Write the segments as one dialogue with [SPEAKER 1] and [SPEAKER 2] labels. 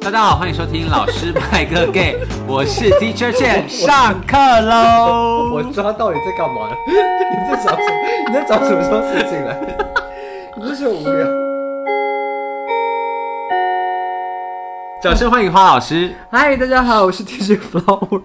[SPEAKER 1] 大家好，欢迎收听老师麦个 gay，我 是 Teacher Chen，上课喽。
[SPEAKER 2] 我抓到你在干嘛 呢？你在找什么？你在找什么时候事情来？ 你不是很无聊？
[SPEAKER 1] 掌声欢迎花老 师。
[SPEAKER 2] 嗨，大家好，我是 DJ Flower。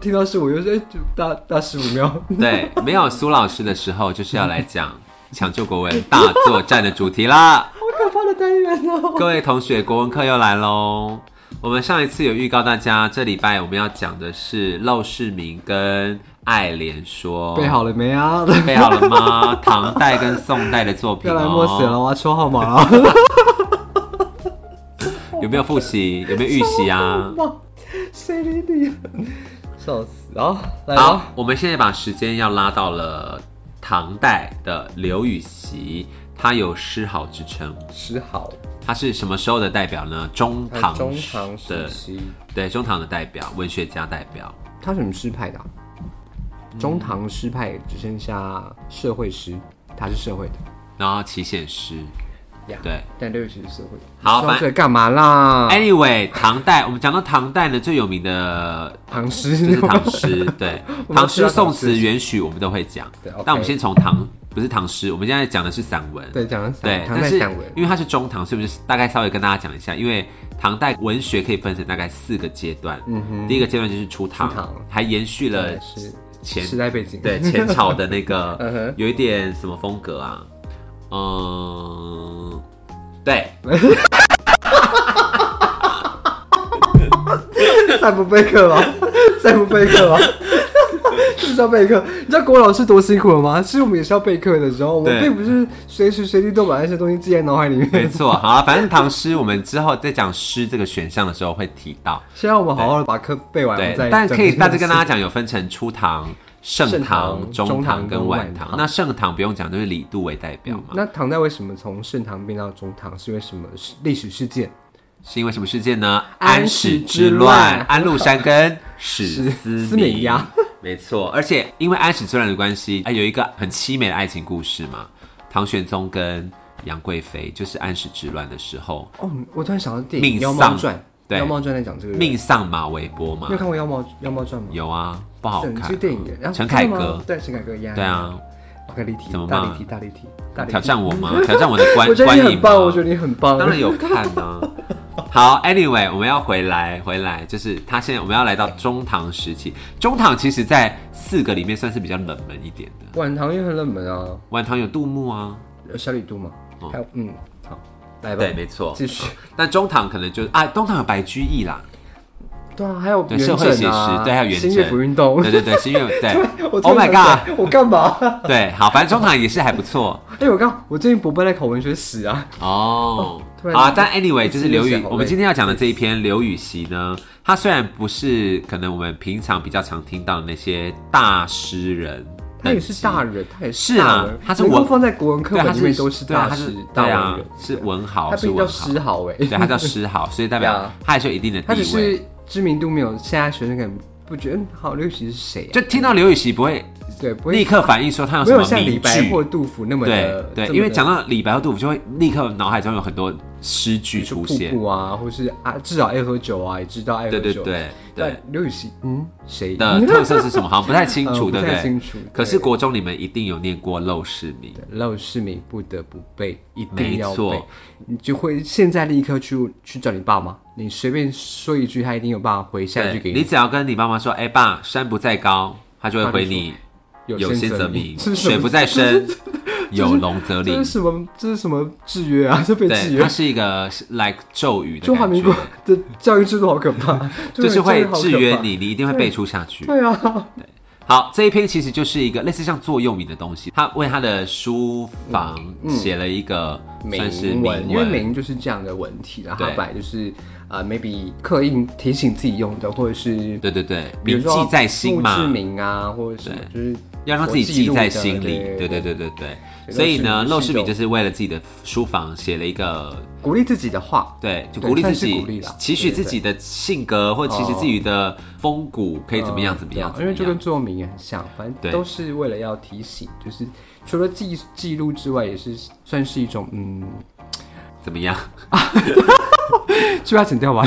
[SPEAKER 2] 听到是我又是哎就大大十五秒，
[SPEAKER 1] 对，没有苏老师的时候，就是要来讲抢救国文大作战的主题 啦。
[SPEAKER 2] 好可怕的单元哦！
[SPEAKER 1] 各位同学，国文课又来喽。我们上一次有预告大家，这礼拜我们要讲的是陋室铭跟爱莲说。
[SPEAKER 2] 背好了没 啊？
[SPEAKER 1] 背好了吗？唐代跟宋代的作品
[SPEAKER 2] 要来
[SPEAKER 1] 哦。
[SPEAKER 2] 默写了，我要抽号码了。
[SPEAKER 1] 有没有复习？有没有预习 啊？
[SPEAKER 2] 谁理你啊？ 笑死！好，来
[SPEAKER 1] 好
[SPEAKER 2] 吧，，
[SPEAKER 1] 我们现在把时间要拉到了唐代的刘禹锡，他有诗好之称。
[SPEAKER 2] 十好，
[SPEAKER 1] 他是什么时候的代表呢？中
[SPEAKER 2] 还
[SPEAKER 1] 唐
[SPEAKER 2] 有呃中唐时
[SPEAKER 1] 的
[SPEAKER 2] 期，
[SPEAKER 1] 对中唐的代表，文学家代表。
[SPEAKER 2] 他是什么诗派的啊？中唐诗派只剩下社会诗，他是社会的。
[SPEAKER 1] 然后起写诗。
[SPEAKER 2] 呀
[SPEAKER 1] 对
[SPEAKER 2] 但六十是会。
[SPEAKER 1] 好
[SPEAKER 2] 说到
[SPEAKER 1] 反哎
[SPEAKER 2] 这干嘛啦？
[SPEAKER 1] ，Anyway，唐代我们讲到唐代呢，最有名的
[SPEAKER 2] 唐
[SPEAKER 1] 就
[SPEAKER 2] 诗
[SPEAKER 1] 是，唐诗，对，
[SPEAKER 2] 我们
[SPEAKER 1] 唐
[SPEAKER 2] 知
[SPEAKER 1] 诗、
[SPEAKER 2] 道唐
[SPEAKER 1] 宋
[SPEAKER 2] 诗
[SPEAKER 1] 词、元曲我们都会讲
[SPEAKER 2] 对，OK。
[SPEAKER 1] 但我们先从唐，不是唐诗，我们现在讲的是散文。
[SPEAKER 2] 对，讲的散
[SPEAKER 1] 对，
[SPEAKER 2] 哦唐
[SPEAKER 1] 但
[SPEAKER 2] 代
[SPEAKER 1] 是
[SPEAKER 2] 散文。
[SPEAKER 1] 因为它是中唐，所以我们就大概稍微跟大家讲一下，因为唐代文学可以分成大概四个阶段。嗯哼，第一个阶段就是初唐，
[SPEAKER 2] 初唐
[SPEAKER 1] 还延续了
[SPEAKER 2] 对是
[SPEAKER 1] 前
[SPEAKER 2] 时代背景，
[SPEAKER 1] 对前朝的那
[SPEAKER 2] 嗯
[SPEAKER 1] 个
[SPEAKER 2] 哼
[SPEAKER 1] 有一点什么风格啊？嗯， 对，
[SPEAKER 2] 再不备课 了，再不备课 了，就是要备课。你知道郭老师多辛苦了吗？其实我们也是要备课的，时候，我们
[SPEAKER 1] 对
[SPEAKER 2] 并不是随时随地都把那些东西记在脑海里
[SPEAKER 1] 没
[SPEAKER 2] 面。
[SPEAKER 1] 错。好啊，反正唐诗我们之后在讲诗这个选项的时候会提到。
[SPEAKER 2] 先让我们好好的把课背完，我
[SPEAKER 1] 对
[SPEAKER 2] 们再，
[SPEAKER 1] 但可以大致跟大
[SPEAKER 2] 家
[SPEAKER 1] 家讲，有分成初唐、盛
[SPEAKER 2] 盛
[SPEAKER 1] 唐、
[SPEAKER 2] 唐
[SPEAKER 1] 中
[SPEAKER 2] 中
[SPEAKER 1] 唐
[SPEAKER 2] 唐
[SPEAKER 1] 跟
[SPEAKER 2] 跟
[SPEAKER 1] 晚
[SPEAKER 2] 晚
[SPEAKER 1] 唐。
[SPEAKER 2] 唐
[SPEAKER 1] 那盛唐不用讲，就是李杜为代表嘛。
[SPEAKER 2] 那唐代为什么从盛唐变到中唐？是因为什么历史事件？
[SPEAKER 1] 是因为什么事件呢？
[SPEAKER 2] 安
[SPEAKER 1] 史
[SPEAKER 2] 史
[SPEAKER 1] 之
[SPEAKER 2] 之
[SPEAKER 1] 乱
[SPEAKER 2] 乱，
[SPEAKER 1] 安禄山跟史思
[SPEAKER 2] 思明呀，
[SPEAKER 1] 没错。而且因为安史之乱的关系，哎，有一个很凄美的爱情故事嘛，唐玄宗跟杨贵妃就是安史之乱的时候
[SPEAKER 2] 哦，我突然想到电影
[SPEAKER 1] 命
[SPEAKER 2] 《妖猫
[SPEAKER 1] 丧
[SPEAKER 2] 传》，
[SPEAKER 1] 对
[SPEAKER 2] 《妖猫传》在讲这个人。
[SPEAKER 1] 命丧马嵬坡嘛
[SPEAKER 2] 你有，看过《妖猫妖猫传》吗？
[SPEAKER 1] 有啊，不好
[SPEAKER 2] 整
[SPEAKER 1] 看
[SPEAKER 2] 部。电影耶，然后
[SPEAKER 1] 陈凯
[SPEAKER 2] 真的吗
[SPEAKER 1] 歌
[SPEAKER 2] 对，陈凯歌呀，
[SPEAKER 1] 对，啊，
[SPEAKER 2] 大立体
[SPEAKER 1] 怎么，
[SPEAKER 2] 大
[SPEAKER 1] 嘛
[SPEAKER 2] 立体，大立体，大立体
[SPEAKER 1] 挑，战我吗？挑战我的观
[SPEAKER 2] 我觉得
[SPEAKER 1] 观
[SPEAKER 2] 你
[SPEAKER 1] 影
[SPEAKER 2] 很
[SPEAKER 1] 吗？
[SPEAKER 2] 棒，我觉得你很棒，
[SPEAKER 1] 哦当然有看啊。 好，Anyway，我们要回来，回来就是他现在我们要来到中唐时期。中唐其实在四个里面算是比较冷门一点的。
[SPEAKER 2] 晚唐也很冷门啊，
[SPEAKER 1] 晚唐有杜牧啊，
[SPEAKER 2] 有小李杜嘛，还有嗯，好，来吧，
[SPEAKER 1] 对，没错。
[SPEAKER 2] 继续，
[SPEAKER 1] 但中唐可能就啊，东唐有白居易啦，
[SPEAKER 2] 对啊，还有
[SPEAKER 1] 对
[SPEAKER 2] 元
[SPEAKER 1] 社会写实
[SPEAKER 2] 稹啊，
[SPEAKER 1] 对还有元
[SPEAKER 2] 新
[SPEAKER 1] 稹
[SPEAKER 2] 乐府运动
[SPEAKER 1] 对，对对，是因 为对
[SPEAKER 2] 我
[SPEAKER 1] ，Oh
[SPEAKER 2] 突
[SPEAKER 1] my
[SPEAKER 2] 然
[SPEAKER 1] god，
[SPEAKER 2] 想起来我干嘛？
[SPEAKER 1] 对，好，反正中唐也是还不错
[SPEAKER 2] 哎，我刚我最近不笨在考文学史啊，
[SPEAKER 1] 哦。
[SPEAKER 2] 突然
[SPEAKER 1] 好啊，但 anyway，
[SPEAKER 2] 一
[SPEAKER 1] 就
[SPEAKER 2] 时
[SPEAKER 1] 是刘禹
[SPEAKER 2] 想，好
[SPEAKER 1] 我们
[SPEAKER 2] 累
[SPEAKER 1] 今天要讲的这一篇刘禹锡呢，他虽然不是可能我们平常比较常听到的那些大诗人，
[SPEAKER 2] 他也是大人，他也
[SPEAKER 1] 是啊
[SPEAKER 2] 大人，
[SPEAKER 1] 他是
[SPEAKER 2] 能够
[SPEAKER 1] 文
[SPEAKER 2] 放在国文课
[SPEAKER 1] 对，他
[SPEAKER 2] 本里面
[SPEAKER 1] 是
[SPEAKER 2] 都是
[SPEAKER 1] 对啊，
[SPEAKER 2] 大
[SPEAKER 1] 他
[SPEAKER 2] 师
[SPEAKER 1] 是
[SPEAKER 2] 大
[SPEAKER 1] 对啊
[SPEAKER 2] 文人，，
[SPEAKER 1] 是文豪，
[SPEAKER 2] 他
[SPEAKER 1] 是
[SPEAKER 2] 毕竟叫
[SPEAKER 1] 文豪
[SPEAKER 2] 诗，豪哎，
[SPEAKER 1] 对，他叫诗豪，所以 代
[SPEAKER 2] 对
[SPEAKER 1] 表
[SPEAKER 2] 啊
[SPEAKER 1] 他还是有一定的
[SPEAKER 2] 他只
[SPEAKER 1] 地位。
[SPEAKER 2] 是知名度没有现在学生可能不觉得，嗯好，刘禹锡是谁、啊？
[SPEAKER 1] 就听到刘禹锡不会
[SPEAKER 2] 对，不
[SPEAKER 1] 立
[SPEAKER 2] 会
[SPEAKER 1] 刻反应说他有
[SPEAKER 2] 没
[SPEAKER 1] 什
[SPEAKER 2] 有
[SPEAKER 1] 么
[SPEAKER 2] 像李
[SPEAKER 1] 名
[SPEAKER 2] 白
[SPEAKER 1] 句
[SPEAKER 2] 或，杜甫那么
[SPEAKER 1] 对
[SPEAKER 2] 的
[SPEAKER 1] 对，
[SPEAKER 2] 这么
[SPEAKER 1] 因为
[SPEAKER 2] 的
[SPEAKER 1] 讲到李白和杜甫，就会立刻脑海中有很多诗句出
[SPEAKER 2] 瀑
[SPEAKER 1] 现，
[SPEAKER 2] 布啊，或是啊，至少爱喝酒啊，也知道爱喝
[SPEAKER 1] 对
[SPEAKER 2] 酒。
[SPEAKER 1] 对对对
[SPEAKER 2] 但刘禹锡，嗯，谁
[SPEAKER 1] 的特色是什么？好像不太清
[SPEAKER 2] 呃
[SPEAKER 1] 楚，
[SPEAKER 2] 不
[SPEAKER 1] 对对
[SPEAKER 2] 太清？楚。
[SPEAKER 1] 可是
[SPEAKER 2] 对
[SPEAKER 1] 国中你们一定有念过《陋室铭》，
[SPEAKER 2] 陋室铭不得不背，一
[SPEAKER 1] 没
[SPEAKER 2] 定要
[SPEAKER 1] 错
[SPEAKER 2] 背，你就会现在立刻去去找你爸妈，你随便说一句，他一定有办法回下一句
[SPEAKER 1] 对
[SPEAKER 2] 给
[SPEAKER 1] 你只要跟你爸妈说：“哎爸，山不在高”，他就会回你：“有
[SPEAKER 2] 先
[SPEAKER 1] 仙则
[SPEAKER 2] 名
[SPEAKER 1] 名，，
[SPEAKER 2] 这是什
[SPEAKER 1] 水
[SPEAKER 2] 么
[SPEAKER 1] 不在深，有龙则
[SPEAKER 2] 这
[SPEAKER 1] 灵。”
[SPEAKER 2] 是什么？这是什么制约啊？这被制
[SPEAKER 1] 对，
[SPEAKER 2] 约
[SPEAKER 1] 它。是一个是 like 咒语的
[SPEAKER 2] 中华
[SPEAKER 1] 感
[SPEAKER 2] 民国
[SPEAKER 1] 觉，
[SPEAKER 2] 的教育制度好可怕，
[SPEAKER 1] 就是
[SPEAKER 2] 中华
[SPEAKER 1] 会
[SPEAKER 2] 民国
[SPEAKER 1] 制
[SPEAKER 2] 教育
[SPEAKER 1] 约
[SPEAKER 2] 好可怕。
[SPEAKER 1] 你，你一定会背出下去。
[SPEAKER 2] 对啊，
[SPEAKER 1] 好，这一篇其实就是一个类似像座右铭的东西，他为他的书房写了一个算是铭
[SPEAKER 2] 嗯文，因为
[SPEAKER 1] 文，
[SPEAKER 2] 铭就是这样的文体，然后
[SPEAKER 1] 对
[SPEAKER 2] 它本来就是呃，maybe 刻意提醒自己用的，或者是
[SPEAKER 1] 对对对，
[SPEAKER 2] 比
[SPEAKER 1] 铭
[SPEAKER 2] 如说
[SPEAKER 1] 记在心嘛
[SPEAKER 2] 墓志，铭啊，或者什么，就是
[SPEAKER 1] 要让自己记在心里。对对
[SPEAKER 2] 对，
[SPEAKER 1] 对对对，
[SPEAKER 2] 对
[SPEAKER 1] 所以呢，
[SPEAKER 2] 陋
[SPEAKER 1] 陋室铭
[SPEAKER 2] 室铭是一种
[SPEAKER 1] 就是为了自己的书房写了一个
[SPEAKER 2] 鼓励自己的话，
[SPEAKER 1] 对，就
[SPEAKER 2] 对
[SPEAKER 1] 鼓励自
[SPEAKER 2] 算是
[SPEAKER 1] 己
[SPEAKER 2] 鼓励啦，
[SPEAKER 1] 期许自己的性格或期许自己的风骨可以怎么样怎么样
[SPEAKER 2] 对啊
[SPEAKER 1] 怎
[SPEAKER 2] 因
[SPEAKER 1] 么
[SPEAKER 2] 为就跟
[SPEAKER 1] 样。
[SPEAKER 2] 座右铭也很像，反
[SPEAKER 1] 对
[SPEAKER 2] 正都是为了要提醒，就是除了记记录之外，也是算是一种嗯，
[SPEAKER 1] 怎么样？
[SPEAKER 2] 是不是要剪 掉吧？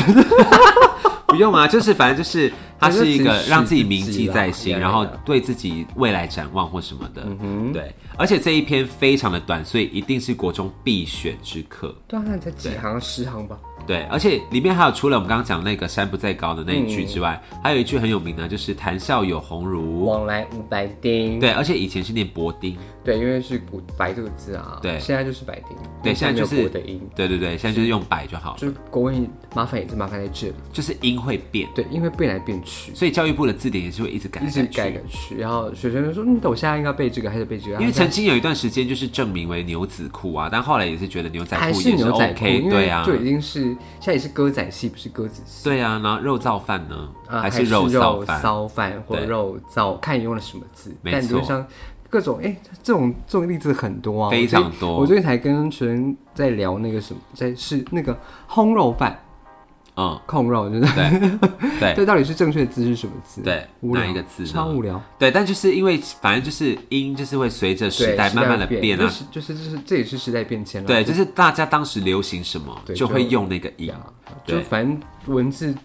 [SPEAKER 1] 不用啊，就是反正就是它是一个
[SPEAKER 2] 就是
[SPEAKER 1] 让自己铭记在
[SPEAKER 2] 自己
[SPEAKER 1] 心，
[SPEAKER 2] 啦嗯
[SPEAKER 1] 然后对自己未来展望或什么的。对，而且这一篇非常的短，所以一定是国中必选之课。
[SPEAKER 2] 对啊，那你才几行十行吧？
[SPEAKER 1] 对，而且里面还有除了我们刚刚讲那个“山不在高”的那一句之外，
[SPEAKER 2] 嗯
[SPEAKER 1] 还有一句很有名的，就是“谈笑有鸿儒
[SPEAKER 2] 往来五百”。丁，
[SPEAKER 1] 对，而且以前是念博丁，
[SPEAKER 2] 对，因为是古白这个字啊，
[SPEAKER 1] 对
[SPEAKER 2] 现在就是白丁，
[SPEAKER 1] 对，现在就
[SPEAKER 2] 因为它没有
[SPEAKER 1] 是
[SPEAKER 2] 国的音，
[SPEAKER 1] 对对对，现在就是用白就好了，
[SPEAKER 2] 就是国文麻烦也是麻烦在这里，
[SPEAKER 1] 就是音会变，
[SPEAKER 2] 对，因为变来变去，
[SPEAKER 1] 所以教育部的字典也是会一直改
[SPEAKER 2] 一直
[SPEAKER 1] 来
[SPEAKER 2] 改
[SPEAKER 1] 改
[SPEAKER 2] 改
[SPEAKER 1] 去。
[SPEAKER 2] 去，然后学生就说，嗯，我现在应该背这个还是背这个？
[SPEAKER 1] 因为
[SPEAKER 2] 然后
[SPEAKER 1] 曾经有一段时间就是证明为牛子裤啊，但后来也是觉得牛仔
[SPEAKER 2] 还
[SPEAKER 1] 裤
[SPEAKER 2] 是
[SPEAKER 1] 也是
[SPEAKER 2] 牛仔裤，
[SPEAKER 1] OK，
[SPEAKER 2] 因
[SPEAKER 1] 对
[SPEAKER 2] 为
[SPEAKER 1] 啊
[SPEAKER 2] 就，已经是现在也是歌仔戏，不是鸽子戏。
[SPEAKER 1] 对啊，然后肉燥饭呢，
[SPEAKER 2] 啊，
[SPEAKER 1] 还
[SPEAKER 2] 是
[SPEAKER 1] 肉
[SPEAKER 2] 肉
[SPEAKER 1] 饭，
[SPEAKER 2] 烧饭或
[SPEAKER 1] 对
[SPEAKER 2] 肉燥，看你用了什么字。
[SPEAKER 1] 没
[SPEAKER 2] 但理论上各种哎、这种这种例子很多啊，
[SPEAKER 1] 非
[SPEAKER 2] 我最
[SPEAKER 1] 常多
[SPEAKER 2] 我最近才跟学生在聊那个什么，在是那个烘肉饭、
[SPEAKER 1] 嗯，
[SPEAKER 2] 控肉，就是
[SPEAKER 1] 对对
[SPEAKER 2] 这到底是正确的字是什么字？
[SPEAKER 1] 对，
[SPEAKER 2] 无聊
[SPEAKER 1] 哪一个字呢？
[SPEAKER 2] 超无聊。
[SPEAKER 1] 对，但就是因为反正就是音，就是会随着时
[SPEAKER 2] 对
[SPEAKER 1] 代慢慢的
[SPEAKER 2] 会
[SPEAKER 1] 变啊
[SPEAKER 2] 就。是就是就是这也是时代变迁了。
[SPEAKER 1] 对，就是大家当时流行什么，
[SPEAKER 2] 对
[SPEAKER 1] 就
[SPEAKER 2] 就
[SPEAKER 1] 会用那个音。
[SPEAKER 2] 呀，就
[SPEAKER 1] 对
[SPEAKER 2] 反正文字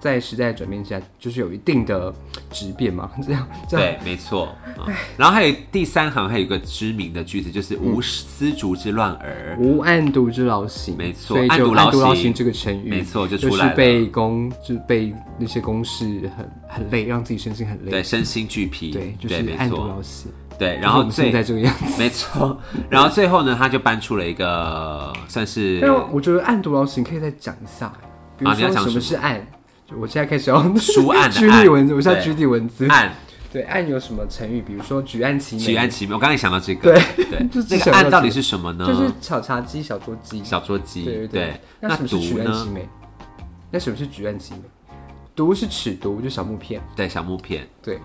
[SPEAKER 2] 在时代转变下，就是有一定的质变嘛，这样这样
[SPEAKER 1] 对，没错。嗯然后还有第三行，还有一个知名的句子，就是“
[SPEAKER 2] 嗯
[SPEAKER 1] 无丝竹之乱耳
[SPEAKER 2] 无案牍之劳形，
[SPEAKER 1] 没错
[SPEAKER 2] 所以就
[SPEAKER 1] 案牍劳
[SPEAKER 2] 案
[SPEAKER 1] 形
[SPEAKER 2] 牍劳形这个成语，
[SPEAKER 1] 没错就
[SPEAKER 2] 就
[SPEAKER 1] 出来了
[SPEAKER 2] 是被公，就是被那些公事很很累，让自己身心很”，
[SPEAKER 1] 对，
[SPEAKER 2] 累，
[SPEAKER 1] 身心俱疲。
[SPEAKER 2] 对，就
[SPEAKER 1] 对
[SPEAKER 2] 是
[SPEAKER 1] 没
[SPEAKER 2] 案牍
[SPEAKER 1] 错。
[SPEAKER 2] 劳形。
[SPEAKER 1] 对，然
[SPEAKER 2] 就是
[SPEAKER 1] 后
[SPEAKER 2] 我们现在
[SPEAKER 1] 最
[SPEAKER 2] 这个样 子，
[SPEAKER 1] 没错，然后最后呢，他就搬出了一个算是
[SPEAKER 2] 但我觉得案牍劳形可以再讲一下，比如
[SPEAKER 1] 啊你要
[SPEAKER 2] 说
[SPEAKER 1] 讲
[SPEAKER 2] 什
[SPEAKER 1] 什么
[SPEAKER 2] 么是案，就我现在开始要
[SPEAKER 1] 书 案的
[SPEAKER 2] 举
[SPEAKER 1] 案
[SPEAKER 2] 例文字，我现在
[SPEAKER 1] 对
[SPEAKER 2] 举例文字，
[SPEAKER 1] 按
[SPEAKER 2] 对，案有什么成语？比如说举案齐眉，
[SPEAKER 1] 举案齐眉。我刚才想到这个，
[SPEAKER 2] 对
[SPEAKER 1] 对
[SPEAKER 2] 就，只
[SPEAKER 1] 那个
[SPEAKER 2] 想到
[SPEAKER 1] 按到底
[SPEAKER 2] 这个
[SPEAKER 1] 是什么呢？
[SPEAKER 2] 就是小茶几、小桌鸡，
[SPEAKER 1] 嗯小桌鸡。
[SPEAKER 2] 对对对。
[SPEAKER 1] 那
[SPEAKER 2] 那什么是
[SPEAKER 1] 毒
[SPEAKER 2] 举案齐
[SPEAKER 1] 呢？
[SPEAKER 2] 眉？那什么是举案齐眉？毒是尺牍，就小木片。
[SPEAKER 1] 对，小木片。
[SPEAKER 2] 对，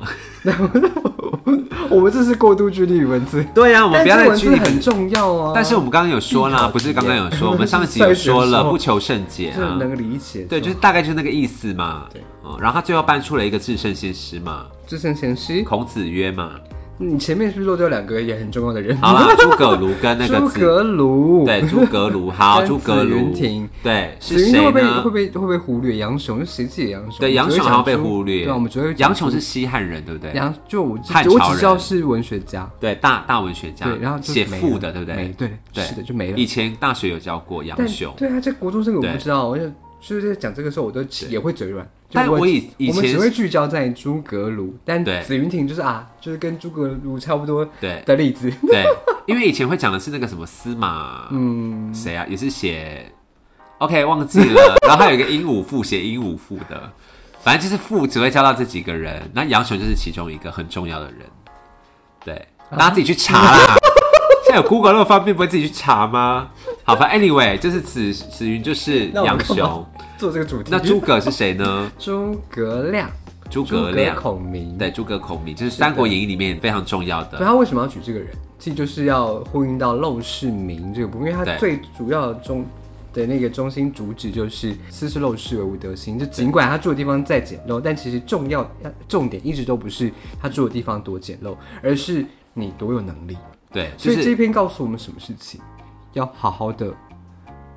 [SPEAKER 2] 我们这是过度距离文字，
[SPEAKER 1] 对 啊呀，我们不要
[SPEAKER 2] 但
[SPEAKER 1] 再拘
[SPEAKER 2] 是文字
[SPEAKER 1] 泥
[SPEAKER 2] 很重要啊。
[SPEAKER 1] 但是我们刚刚有说
[SPEAKER 2] 立
[SPEAKER 1] 啦，
[SPEAKER 2] 考
[SPEAKER 1] 不是
[SPEAKER 2] 题
[SPEAKER 1] 刚刚
[SPEAKER 2] 耶
[SPEAKER 1] 有说，我 们上一集
[SPEAKER 2] 在
[SPEAKER 1] 有
[SPEAKER 2] 学
[SPEAKER 1] 说
[SPEAKER 2] 的时
[SPEAKER 1] 了
[SPEAKER 2] 候
[SPEAKER 1] 不求甚解
[SPEAKER 2] 就是
[SPEAKER 1] 啊，
[SPEAKER 2] 能理解，
[SPEAKER 1] 对，就是大概就是那个意思嘛。对，嗯，然后他最后搬出了一个至圣先师嘛，
[SPEAKER 2] 至圣贤师。
[SPEAKER 1] 孔子曰嘛，
[SPEAKER 2] 你前面是不是漏掉两个也很重要的人？
[SPEAKER 1] 好 啦，诸葛庐跟那个
[SPEAKER 2] 诸
[SPEAKER 1] 子，
[SPEAKER 2] 葛庐，
[SPEAKER 1] 对，诸葛庐，好，
[SPEAKER 2] 跟
[SPEAKER 1] 诸葛
[SPEAKER 2] 子
[SPEAKER 1] 庐
[SPEAKER 2] 云亭，
[SPEAKER 1] 对，
[SPEAKER 2] 子
[SPEAKER 1] 是
[SPEAKER 2] 云
[SPEAKER 1] 谁
[SPEAKER 2] 会被会
[SPEAKER 1] 呢？
[SPEAKER 2] 被会被忽略？杨雄是谁记得杨雄？
[SPEAKER 1] 对，杨雄好像被忽略，
[SPEAKER 2] 对啊，我们只会
[SPEAKER 1] 杨雄是西汉人，对不对？
[SPEAKER 2] 杨，就我只
[SPEAKER 1] 汉朝
[SPEAKER 2] 我只知道
[SPEAKER 1] 人
[SPEAKER 2] 是文学家，
[SPEAKER 1] 对，大大文学家
[SPEAKER 2] 对，然后，就
[SPEAKER 1] 写
[SPEAKER 2] 没
[SPEAKER 1] 赋
[SPEAKER 2] 了
[SPEAKER 1] 的，对不
[SPEAKER 2] 没
[SPEAKER 1] 对？
[SPEAKER 2] 对，
[SPEAKER 1] 对
[SPEAKER 2] 是的，就没了
[SPEAKER 1] 以。前大学有教过杨
[SPEAKER 2] 但
[SPEAKER 1] 雄，
[SPEAKER 2] 对啊，这国中生我
[SPEAKER 1] 对
[SPEAKER 2] 不知道，我就就是在讲这个时候，我都也会嘴软。
[SPEAKER 1] 但
[SPEAKER 2] 就不会
[SPEAKER 1] 我以以
[SPEAKER 2] 我们
[SPEAKER 1] 前
[SPEAKER 2] 只会聚焦在诸葛庐，但
[SPEAKER 1] 对
[SPEAKER 2] 紫云亭就是啊，就是跟诸葛庐差不多
[SPEAKER 1] 对
[SPEAKER 2] 的例子。
[SPEAKER 1] 对，因为以前会讲的是那个什么司 马，嗯，谁啊，也是写，OK 忘记了，然后还有一个鹦鹉赋，写鹦鹉赋的，反正就是赋只会教到这几个人，那杨雄就是其中一个很重要的人，对，
[SPEAKER 2] 啊
[SPEAKER 1] 大家自己去查啦。 现在有 Google 那么方便，不会自己去查吗？好吧，Anyway，就是子子云就是
[SPEAKER 2] 那我
[SPEAKER 1] 杨
[SPEAKER 2] 们干
[SPEAKER 1] 雄
[SPEAKER 2] 嘛，做这个主题，
[SPEAKER 1] 那诸葛是谁呢？
[SPEAKER 2] 诸葛亮、
[SPEAKER 1] 诸
[SPEAKER 2] 诸
[SPEAKER 1] 葛
[SPEAKER 2] 葛
[SPEAKER 1] 亮，
[SPEAKER 2] 孔明，
[SPEAKER 1] 对，诸葛孔明，就是《三国演义》里面非常重要的
[SPEAKER 2] 对，。啊他为什么要举这个人？其实就是要呼应到陋室铭这个部分，因为
[SPEAKER 1] 对
[SPEAKER 2] 他最主要的中的那个中心主旨就是“斯是陋室，惟吾德馨”。就尽管他住的地方再简陋，但其实重要要重点一直都不是他住的地方多简陋，而是你多有能力。
[SPEAKER 1] 对，就
[SPEAKER 2] 所以
[SPEAKER 1] 是
[SPEAKER 2] 这篇告诉我们什么事情？要好好的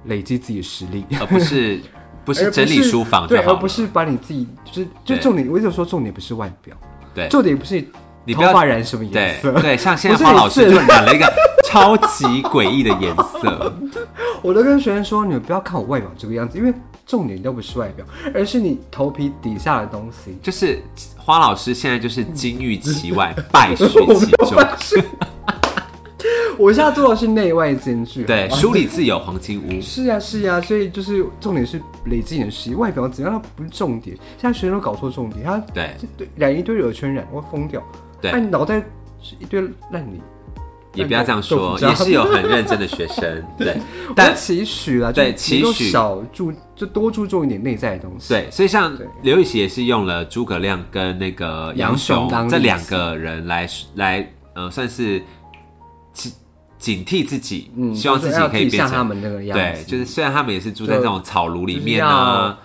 [SPEAKER 2] 累积自己的实 力。
[SPEAKER 1] 而不是不
[SPEAKER 2] 不
[SPEAKER 1] 是整理书房就
[SPEAKER 2] 对，
[SPEAKER 1] 好
[SPEAKER 2] 而
[SPEAKER 1] 了
[SPEAKER 2] 不是把你自己就是就
[SPEAKER 1] 对
[SPEAKER 2] 重点，我一直说重点不是外表，
[SPEAKER 1] 对
[SPEAKER 2] 重点不是
[SPEAKER 1] 你不
[SPEAKER 2] 头
[SPEAKER 1] 要
[SPEAKER 2] 发染什么
[SPEAKER 1] 对
[SPEAKER 2] 颜色，
[SPEAKER 1] 对，像现
[SPEAKER 2] 不
[SPEAKER 1] 在
[SPEAKER 2] 是
[SPEAKER 1] 花
[SPEAKER 2] 你
[SPEAKER 1] 老师
[SPEAKER 2] 自
[SPEAKER 1] 就染了一个超级诡异的颜色，
[SPEAKER 2] 我都跟学生说，你们不要看我外表这个样子，因为重点都不是外表，而是你头皮底下的东西。
[SPEAKER 1] 就是花老师现在就是金玉其外，败絮其中。
[SPEAKER 2] 我现在做的是内外兼具。
[SPEAKER 1] 对，
[SPEAKER 2] 好吗
[SPEAKER 1] 书里自有黄金屋。
[SPEAKER 2] 是呀、是呀、所以就是重点是累积你的实力，外表怎样，它不是重点。现在学生都搞错重点，他
[SPEAKER 1] 对
[SPEAKER 2] 就对染一堆惹圈染，我会疯掉。
[SPEAKER 1] 对
[SPEAKER 2] 那你脑袋是一堆烂泥。
[SPEAKER 1] 也不要这样说
[SPEAKER 2] 豆，腐渣
[SPEAKER 1] 也是有很认真的学 生。对，
[SPEAKER 2] 但
[SPEAKER 1] 但
[SPEAKER 2] 期许啊，就
[SPEAKER 1] 对
[SPEAKER 2] 你
[SPEAKER 1] 期
[SPEAKER 2] 就
[SPEAKER 1] 许
[SPEAKER 2] 少注，就多注重一点内在的东西。
[SPEAKER 1] 对，所以像
[SPEAKER 2] 对
[SPEAKER 1] 刘禹锡也是用了诸葛亮跟那个杨
[SPEAKER 2] 杨雄
[SPEAKER 1] 雄
[SPEAKER 2] 当
[SPEAKER 1] 这
[SPEAKER 2] 例
[SPEAKER 1] 两
[SPEAKER 2] 子
[SPEAKER 1] 个人来来，呃，算是警警惕自己，希望自己
[SPEAKER 2] 嗯就是要
[SPEAKER 1] 可以变
[SPEAKER 2] 像
[SPEAKER 1] 成
[SPEAKER 2] 他们那个样子。
[SPEAKER 1] 对，就是虽然他们也是住在
[SPEAKER 2] 就
[SPEAKER 1] 这种草庐里面啊，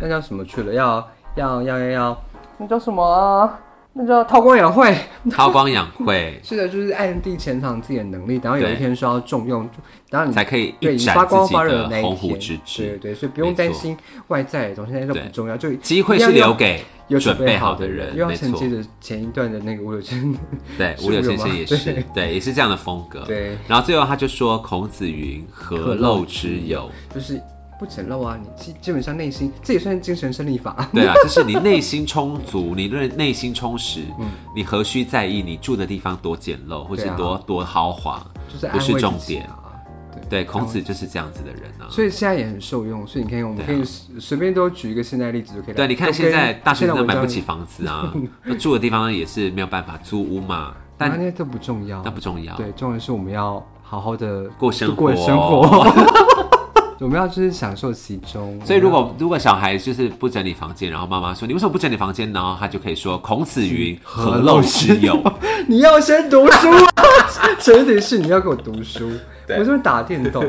[SPEAKER 2] 那叫什么去了？要要要要要，那叫什么啊？那叫韬光养晦。
[SPEAKER 1] 韬光养 晦
[SPEAKER 2] 是的，就是暗地潜藏自己的能力，然后有一
[SPEAKER 1] 对
[SPEAKER 2] 天说要重用，然后你
[SPEAKER 1] 才可以
[SPEAKER 2] 对
[SPEAKER 1] 一
[SPEAKER 2] 你
[SPEAKER 1] 展
[SPEAKER 2] 发光
[SPEAKER 1] 自己
[SPEAKER 2] 发热
[SPEAKER 1] 的
[SPEAKER 2] 的那一
[SPEAKER 1] 鸿鹄
[SPEAKER 2] 天，
[SPEAKER 1] 之
[SPEAKER 2] 对
[SPEAKER 1] 志
[SPEAKER 2] 对。对，所以不用
[SPEAKER 1] 没错
[SPEAKER 2] 担心外在的东西，那些都不
[SPEAKER 1] 对
[SPEAKER 2] 重要，就
[SPEAKER 1] 机会
[SPEAKER 2] 一定
[SPEAKER 1] 是
[SPEAKER 2] 要
[SPEAKER 1] 留
[SPEAKER 2] 用
[SPEAKER 1] 给
[SPEAKER 2] 有
[SPEAKER 1] 准
[SPEAKER 2] 备
[SPEAKER 1] 好
[SPEAKER 2] 的
[SPEAKER 1] 的人
[SPEAKER 2] 又要
[SPEAKER 1] 没
[SPEAKER 2] 承
[SPEAKER 1] 错
[SPEAKER 2] 接着前一段的 那个我有真，
[SPEAKER 1] 对，
[SPEAKER 2] 是
[SPEAKER 1] 五柳
[SPEAKER 2] 有
[SPEAKER 1] 先
[SPEAKER 2] 吗
[SPEAKER 1] 生也
[SPEAKER 2] 对
[SPEAKER 1] 是，对，也是这样的风格。
[SPEAKER 2] 对，
[SPEAKER 1] 然后最后他就说：“孔子云，何陋之有
[SPEAKER 2] 就是不简陋啊，你基基本上内心这也算是精神胜利法？”，
[SPEAKER 1] 对啊，就是你内心充足，你内内心充 实，你何须在意你住的地方多简陋，或是
[SPEAKER 2] 嗯对啊
[SPEAKER 1] 多多豪华
[SPEAKER 2] 就是，
[SPEAKER 1] 不
[SPEAKER 2] 安慰
[SPEAKER 1] 是
[SPEAKER 2] 自
[SPEAKER 1] 重
[SPEAKER 2] 己
[SPEAKER 1] 点。
[SPEAKER 2] 啊。
[SPEAKER 1] 对，孔
[SPEAKER 2] 嗯
[SPEAKER 1] 子就是这样子的人啊。
[SPEAKER 2] 所以现在也很受用，所以你看，我们可以随随便都举一个现在例子就可以了。
[SPEAKER 1] 对，你看现在大学生都买不起
[SPEAKER 2] 房，
[SPEAKER 1] 房子啊，那住的地方也是没有办法租屋嘛，
[SPEAKER 2] 但
[SPEAKER 1] 但
[SPEAKER 2] 那些都不重要
[SPEAKER 1] 那。不重要。
[SPEAKER 2] 啊对，重点是我们要好好的
[SPEAKER 1] 过生活
[SPEAKER 2] 过 生活。 我们要就是享受其中。
[SPEAKER 1] 所以，如
[SPEAKER 2] 啊
[SPEAKER 1] 果如果小孩就是不整理房间，然后妈妈说你为什么不整理房间，然后他就可以说孔子云何陋之有，
[SPEAKER 2] 你要先读书 啊，前提是你要给我读书。
[SPEAKER 1] 对
[SPEAKER 2] 我这边打电动，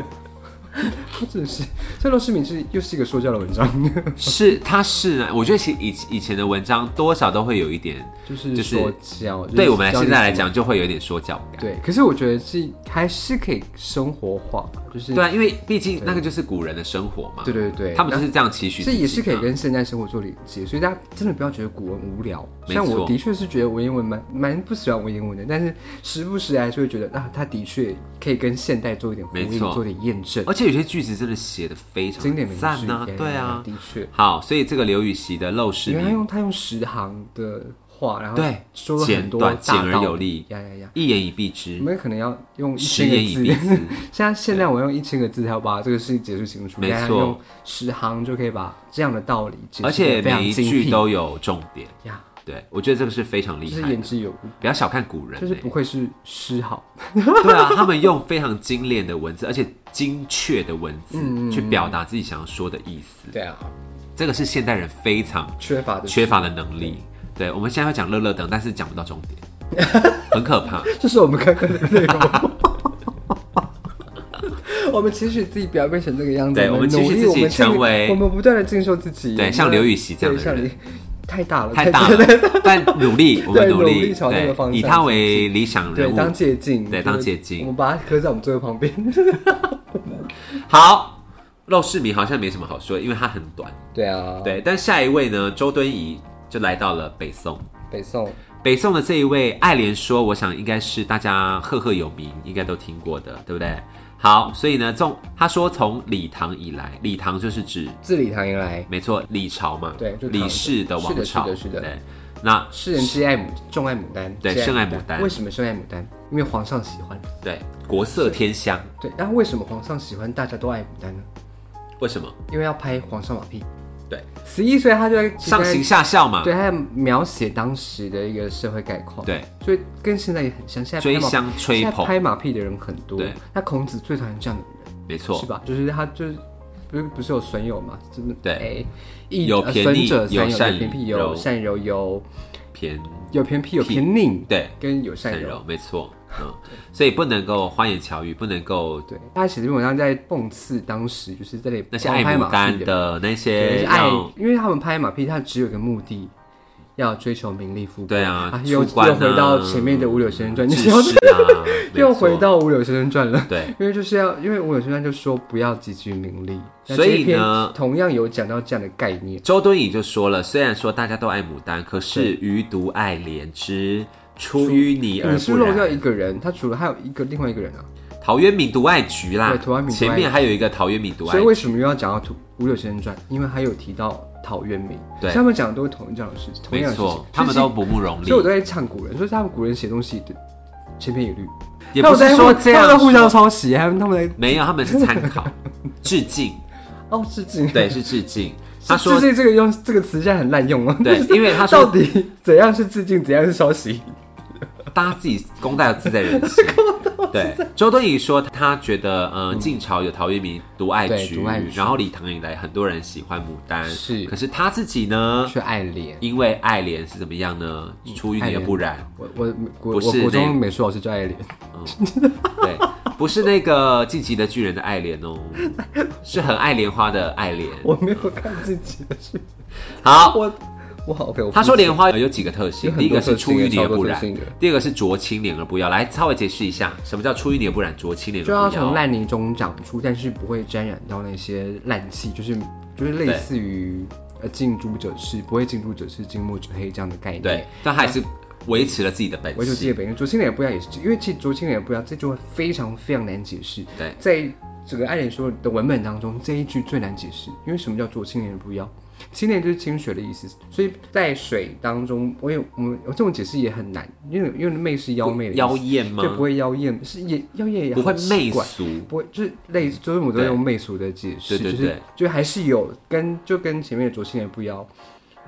[SPEAKER 2] 我真的是。所以，陋室铭是又是一个说教的文章，
[SPEAKER 1] 是他是啊，我觉得其实以以前的文章多少都会有一点，
[SPEAKER 2] 就是
[SPEAKER 1] 就是
[SPEAKER 2] 说教。就是
[SPEAKER 1] 对我们
[SPEAKER 2] 教
[SPEAKER 1] 现
[SPEAKER 2] 你
[SPEAKER 1] 在来
[SPEAKER 2] 怎么，
[SPEAKER 1] 讲就会有一点说教感。
[SPEAKER 2] 对，可是我觉得是还是可以生活化，就是
[SPEAKER 1] 对啊，因为毕竟那个就是古人的生活嘛。
[SPEAKER 2] 对对对
[SPEAKER 1] 他们就是这样期许自
[SPEAKER 2] 这
[SPEAKER 1] 己嘛。
[SPEAKER 2] 也是可以跟现代生活做连接，所以大家真的不要觉得古文无聊。
[SPEAKER 1] 没
[SPEAKER 2] 虽然我
[SPEAKER 1] 错
[SPEAKER 2] 的确是觉得文言文蛮蛮不喜欢文言文的，但是时不时还是会觉得啊，它的确可以跟现代做一点呼
[SPEAKER 1] 没
[SPEAKER 2] 应，
[SPEAKER 1] 错
[SPEAKER 2] 做点验证。
[SPEAKER 1] 而且有些句子真的写的非常
[SPEAKER 2] 经典名句
[SPEAKER 1] 赞啊，对啊
[SPEAKER 2] 的。确。
[SPEAKER 1] 好，所以这个刘禹锡的《陋室
[SPEAKER 2] 因为他
[SPEAKER 1] 铭》
[SPEAKER 2] 用他用十行的话，然后
[SPEAKER 1] 对
[SPEAKER 2] 说了很多
[SPEAKER 1] 简短
[SPEAKER 2] 大道理
[SPEAKER 1] 简而有力
[SPEAKER 2] 呀呀呀！
[SPEAKER 1] 一言以蔽之
[SPEAKER 2] 我，们可能要用一
[SPEAKER 1] 十
[SPEAKER 2] 千个
[SPEAKER 1] 言以蔽之。
[SPEAKER 2] 字。现在现在我用一千个字才要把这个事情解释清楚，
[SPEAKER 1] 没
[SPEAKER 2] 但他
[SPEAKER 1] 错
[SPEAKER 2] 用十行就可以把这样的道理解释得
[SPEAKER 1] 而且
[SPEAKER 2] 非常
[SPEAKER 1] 每一
[SPEAKER 2] 精
[SPEAKER 1] 句
[SPEAKER 2] 辟
[SPEAKER 1] 都有重点。
[SPEAKER 2] 呀，
[SPEAKER 1] 对，我觉得这个是非常
[SPEAKER 2] 就
[SPEAKER 1] 厉
[SPEAKER 2] 是
[SPEAKER 1] 害的
[SPEAKER 2] 言，之有物。
[SPEAKER 1] 不要小看古人、欸，
[SPEAKER 2] 就是不愧是诗好，
[SPEAKER 1] 对啊，他们用非常精炼的文字，而且精确的文字
[SPEAKER 2] 嗯
[SPEAKER 1] 去表达自己想要说的意思，
[SPEAKER 2] 对啊，
[SPEAKER 1] 这个是现代人非常
[SPEAKER 2] 缺乏的
[SPEAKER 1] 缺乏的能力。对，我们现在会讲乐乐等，但是讲不到重点， 很可怕。
[SPEAKER 2] 这是我们刚刚的内容。 我们期许自己不要变成这个样子，
[SPEAKER 1] 对
[SPEAKER 2] 们
[SPEAKER 1] 我们期许
[SPEAKER 2] 努力
[SPEAKER 1] 自己
[SPEAKER 2] 我们尽力
[SPEAKER 1] 成为
[SPEAKER 2] 我们不断的进修自己，
[SPEAKER 1] 对
[SPEAKER 2] 我们
[SPEAKER 1] 像刘禹锡这样的
[SPEAKER 2] 对像
[SPEAKER 1] 人
[SPEAKER 2] 刘太大了，
[SPEAKER 1] 太大了，但努力，我们
[SPEAKER 2] 对
[SPEAKER 1] 努
[SPEAKER 2] 努
[SPEAKER 1] 力，
[SPEAKER 2] 力朝那个方
[SPEAKER 1] 对，
[SPEAKER 2] 向
[SPEAKER 1] 以他为理想
[SPEAKER 2] 对，
[SPEAKER 1] 人
[SPEAKER 2] 当
[SPEAKER 1] 物。
[SPEAKER 2] 借镜，
[SPEAKER 1] 对
[SPEAKER 2] 就是
[SPEAKER 1] 当借镜
[SPEAKER 2] 我们把它刻在我们座位旁边。
[SPEAKER 1] 好，陋室铭好像没什么好说，因为它很短。
[SPEAKER 2] 对啊，，
[SPEAKER 1] 对，但下一位呢，周敦颐就来到了北宋。
[SPEAKER 2] 北宋
[SPEAKER 1] 北宋的这一位爱莲说，我想应该是大家赫赫有名，应该都听过的，对不对？好，所以呢，从他说从李唐以来，李唐就是指
[SPEAKER 2] 自李唐以来，
[SPEAKER 1] 没错李朝嘛，
[SPEAKER 2] 对就唐
[SPEAKER 1] 李氏的王朝，
[SPEAKER 2] 是的是的是的
[SPEAKER 1] 对，那
[SPEAKER 2] 世人皆爱牡，重爱牡丹，
[SPEAKER 1] 对
[SPEAKER 2] 皆
[SPEAKER 1] 深爱牡丹
[SPEAKER 2] 为什么深爱牡丹？因为皇上喜欢。
[SPEAKER 1] 对国色天香，
[SPEAKER 2] 对，然后为什么皇上喜欢，大家都爱牡丹呢？
[SPEAKER 1] 为什么？
[SPEAKER 2] 因为要拍皇上马屁。
[SPEAKER 1] 对，
[SPEAKER 2] 十一岁他就在
[SPEAKER 1] 上行下效嘛，
[SPEAKER 2] 对，他在描写当时的一个社会概况。，
[SPEAKER 1] 啊对
[SPEAKER 2] 所以跟现在也很像。现在拍
[SPEAKER 1] 追
[SPEAKER 2] 马
[SPEAKER 1] 香吹
[SPEAKER 2] 现在
[SPEAKER 1] 捧
[SPEAKER 2] 拍马屁的人很多
[SPEAKER 1] 对。
[SPEAKER 2] 那孔子最讨厌这样的人，
[SPEAKER 1] 没错
[SPEAKER 2] 是，吧？就是他就是。不是不是有损友嘛？就是
[SPEAKER 1] 对
[SPEAKER 2] 哎一
[SPEAKER 1] 有
[SPEAKER 2] 呃
[SPEAKER 1] 偏
[SPEAKER 2] 损
[SPEAKER 1] 逆
[SPEAKER 2] 者
[SPEAKER 1] 有
[SPEAKER 2] 三有
[SPEAKER 1] 善
[SPEAKER 2] 偏僻，
[SPEAKER 1] 柔
[SPEAKER 2] 有善柔，有
[SPEAKER 1] 偏
[SPEAKER 2] 有偏僻，有偏佞，
[SPEAKER 1] 对
[SPEAKER 2] 跟有善
[SPEAKER 1] 很
[SPEAKER 2] 柔。
[SPEAKER 1] 柔，没 错，嗯，所以不能够花言巧语，不能够
[SPEAKER 2] 对，他写这篇文章在讽刺当时就是在那里
[SPEAKER 1] 那些
[SPEAKER 2] 狂
[SPEAKER 1] 爱
[SPEAKER 2] 拍
[SPEAKER 1] 牡
[SPEAKER 2] 马
[SPEAKER 1] 丹
[SPEAKER 2] 屁的
[SPEAKER 1] 的那
[SPEAKER 2] 对
[SPEAKER 1] 些
[SPEAKER 2] 是爱
[SPEAKER 1] 让，
[SPEAKER 2] 因为他们拍马屁，他只有一个目的，要追求名利富贵。
[SPEAKER 1] 对啊
[SPEAKER 2] 又
[SPEAKER 1] 出关啊
[SPEAKER 2] 又回到前面的《五柳先生传》，你
[SPEAKER 1] 致
[SPEAKER 2] 要
[SPEAKER 1] 仕啊，没
[SPEAKER 2] 又
[SPEAKER 1] 错
[SPEAKER 2] 回到《五柳先生传》了。
[SPEAKER 1] 对，
[SPEAKER 2] 因为就是要，因为《五柳先生传》就说不要汲取名利，那
[SPEAKER 1] 所以呢
[SPEAKER 2] 这一篇同样有讲到这样的概念。
[SPEAKER 1] 周敦颐就说了，虽然说大家都爱牡丹，可是余独爱莲之，出淤泥而
[SPEAKER 2] 哎你是
[SPEAKER 1] 不
[SPEAKER 2] 不是漏掉
[SPEAKER 1] 染。
[SPEAKER 2] 一个人，他除了还有一个另外一个人啊，
[SPEAKER 1] 陶渊明独爱菊啦
[SPEAKER 2] 对陶渊，明独爱
[SPEAKER 1] 前面还有一个陶渊明独爱
[SPEAKER 2] 所以为什么又要讲到《五柳先生传》？因为还有提到陶渊明，
[SPEAKER 1] 对
[SPEAKER 2] 所以他们讲的都是同一样的事，同
[SPEAKER 1] 没
[SPEAKER 2] 样的事情
[SPEAKER 1] 错，，他们
[SPEAKER 2] 所以
[SPEAKER 1] 都不慕容
[SPEAKER 2] 其实所以我
[SPEAKER 1] 丽，
[SPEAKER 2] 都在唱古人，所以他们古人写东西的千篇一律。
[SPEAKER 1] 也不是说这样
[SPEAKER 2] 他们在互相抄袭，他们他们在
[SPEAKER 1] 没有，他们是参 考致敬，
[SPEAKER 2] 哦致敬。
[SPEAKER 1] 对，是致 敬。他说
[SPEAKER 2] 致敬这个用这个词现在很滥用啊。
[SPEAKER 1] 对，因为他
[SPEAKER 2] 到
[SPEAKER 1] 说
[SPEAKER 2] 底怎样是致敬，怎样是抄袭？
[SPEAKER 1] 大家自己功大有自在人 心。对，周敦颐说他觉得，呃，晋朝有陶渊明独爱
[SPEAKER 2] 嗯对
[SPEAKER 1] 菊
[SPEAKER 2] 独爱，菊
[SPEAKER 1] 然后李唐以来很多人喜欢牡丹，
[SPEAKER 2] 是
[SPEAKER 1] 可是他自己呢，
[SPEAKER 2] 去爱莲。
[SPEAKER 1] 因为爱莲是怎么样呢？
[SPEAKER 2] 嗯
[SPEAKER 1] 出淤泥而不染，
[SPEAKER 2] 我我国
[SPEAKER 1] 不
[SPEAKER 2] 我
[SPEAKER 1] 是
[SPEAKER 2] 国
[SPEAKER 1] 那
[SPEAKER 2] 中美术老师叫 爱莲，
[SPEAKER 1] 对，不是那个晋级的巨人的爱莲 哦，是很爱莲花的爱莲。
[SPEAKER 2] 我没有看自己的书。
[SPEAKER 1] 好，
[SPEAKER 2] 我哇，OK，我
[SPEAKER 1] 他说莲花有几个特性
[SPEAKER 2] 有，很
[SPEAKER 1] 第
[SPEAKER 2] 多
[SPEAKER 1] 一个是出淤泥而不
[SPEAKER 2] 特
[SPEAKER 1] 染
[SPEAKER 2] 性的超多特性的，
[SPEAKER 1] 第二个是濯清涟而不妖。来，稍微解释一下，什么叫出淤泥而不染，濯清涟
[SPEAKER 2] 就要
[SPEAKER 1] 而
[SPEAKER 2] 从
[SPEAKER 1] 不妖？
[SPEAKER 2] 烂泥中长出，但是不会沾染到那些烂气，就是就是类似于呃近朱者赤，不会近朱者赤，近墨者黑这样的概念。
[SPEAKER 1] 对，但他还是维持了自己的本
[SPEAKER 2] 我就记
[SPEAKER 1] 性。
[SPEAKER 2] 得本身，竹青脸不一样也是，因为其实竹青脸不一样这句话非常非常难解释。
[SPEAKER 1] 对
[SPEAKER 2] 在整个《爱莲说》的文本当中，这一句最难解释，因为什么叫做青莲不妖？青莲就是清水的意思，所以在水当中，我也我们我这种解释也很难，因为因为媚是妖媚的意思
[SPEAKER 1] 妖艳吗
[SPEAKER 2] 对，？不会妖艳，是也妖艳也
[SPEAKER 1] 不会
[SPEAKER 2] 好奇
[SPEAKER 1] 媚
[SPEAKER 2] 怪
[SPEAKER 1] 俗，
[SPEAKER 2] 不会，就是类似，就是我都用媚俗的解释，
[SPEAKER 1] 对对
[SPEAKER 2] 就是
[SPEAKER 1] 对
[SPEAKER 2] 就还是有跟就跟前面的浊青莲不妖，